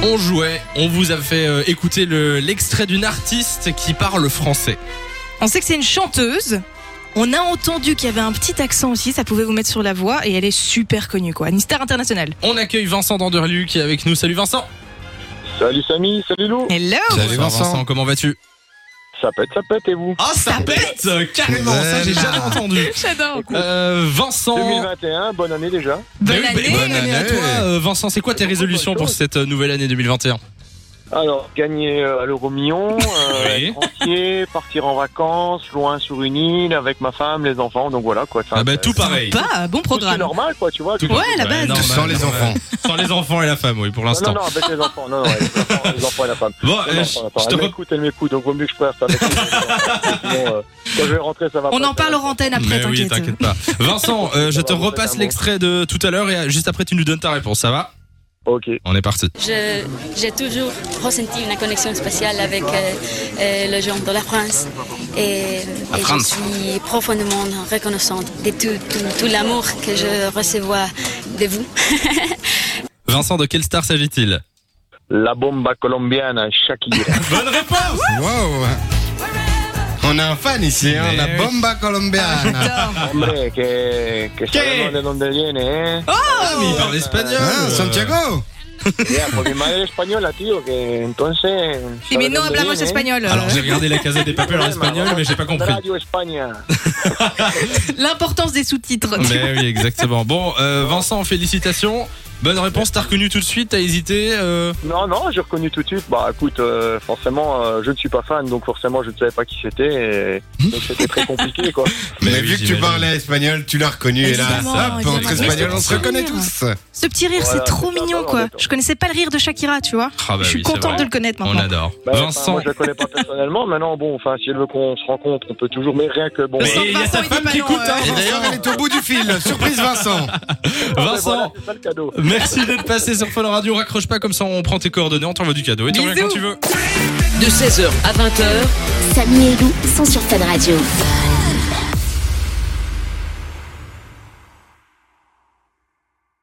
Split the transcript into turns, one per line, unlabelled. on jouait, on vous a fait euh, écouter le- l'extrait d'une artiste qui parle français.
On sait que c'est une chanteuse. On a entendu qu'il y avait un petit accent aussi, ça pouvait vous mettre sur la voie et elle est super connue quoi, une star internationale.
On accueille Vincent Danderlu qui est avec nous. Salut Vincent
Salut Samy, salut Lou
Hello
Bonsoir, comment vas-tu
Ça pète, ça pète et vous
Ah ça,
Ça
pète Carrément, ça j'ai
Voilà.
jamais entendu.
J'adore
Euh, Vincent...
2021, bonne année déjà.
Mais
Bonne
oui, mais
année.
bonne année à
Bonne
toi
année.
euh, Vincent, c'est quoi tes résolutions pour cette euh, nouvelle année 2021
Alors, gagner euh, à l'euro million, euh,
Oui.
être entier, partir en vacances, loin sur une île, avec ma femme, les enfants, donc voilà quoi. Enfin,
Ah bah
euh,
tout pareil.
Pas bon
tout ce qui est
programme.
normal quoi, tu vois.
Tout- Bah,
tu vois.
Ouais, la base.
normal,
Sans les
normal.
enfants.
Sans les enfants et la femme, oui, pour
Non, non,
l'instant.
non, avec les enfants, non, non, ouais, les enfants, les enfants et la femme.
Bon, euh,
Non, non,
je
pas la femme.
je te
Elle
re-
m'écoute, elle m'écoute, donc vaut mieux que je passe avec les enfants. Sinon, euh, quand je vais rentrer, ça va
On
pas,
en
ça va
parle
pas.
en antenne après,
Mais oui, t'inquiète pas. Vincent, euh, je
Ça
te
va, on fait
repasse
un mot.
l'extrait de tout à l'heure et euh, juste après tu nous donnes ta réponse, ça va
Ok.
On est parti.
Je- J'ai toujours ressenti une connexion spatiale avec euh, euh, les gens de la France et,
La
et
France.
je suis profondément reconnaissante de tout, tout, tout l'amour que je recevais de vous.
Vincent, de quelle star s'agit-il
La bomba colombiana, Shakira.
Bonne réponse
Wow. On a un fan ici, hein,
Mais
la
oui. Ah,
bomba colombiana.
Hombre, que, que sabemos de dónde viene, eh.
Ah, mais il parle espagnol
Ah,
Euh,
Santiago
Ya, pues mi madre es española, tío, que entonces.
Et mais non,
¿sabes dónde
hablamos
viene, eh?
espagnol.
Alors j'ai regardé la Casa des Papel en espagnol, mais j'ai pas compris.
Radio España.
L'importance des sous-titres.
Mais oui, exactement. Bon, euh, Vincent, félicitations. Bonne réponse, t'as reconnu tout de suite, t'as hésité. euh,
Non, non, j'ai reconnu tout de suite. Bah, écoute, euh, forcément, euh, je ne suis pas fan, donc forcément, je ne savais pas qui c'était. et- Donc, c'était très compliqué, quoi.
Mais,
Mais oui,
vu que tu
j'imagine.
parlais espagnol, tu l'as reconnu et là,
Évidemment,
hop,
évidemment.
entre espagnols, on se
Mais c'est
reconnaît
clair.
tous.
Ce petit rire, c'est
Voilà,
trop
c'est ça,
mignon
ça,
quoi.
en fait.
Je connaissais pas le rire de Shakira, tu vois.
Ah bah
je suis
oui, c'est
contente
vrai.
de le connaître
On
maintenant.
adore.
Bah, enfin,
Vincent.
moi, je ne connais pas personnellement. Maintenant, bon, enfin, si elle veut qu'on se rencontre, on peut toujours, mais rien que bon.
Mais
voilà.
Et il y a
Vincent,
sa
il dit
femme
pas
qui
non,
écoute,
euh,
hein,
Et
Vincent.
d'ailleurs, elle est au bout du fil. Surprise, Vincent.
Voilà,
Vincent,
c'est ça le cadeau.
merci d'être passé sur Fun Radio. Raccroche pas comme ça, on prend tes coordonnées, on t'envoie du cadeau et tu reviens quand
Bisous.
tu veux.
De 16h à 20h,
Samy et Lou sont sur Fan Radio.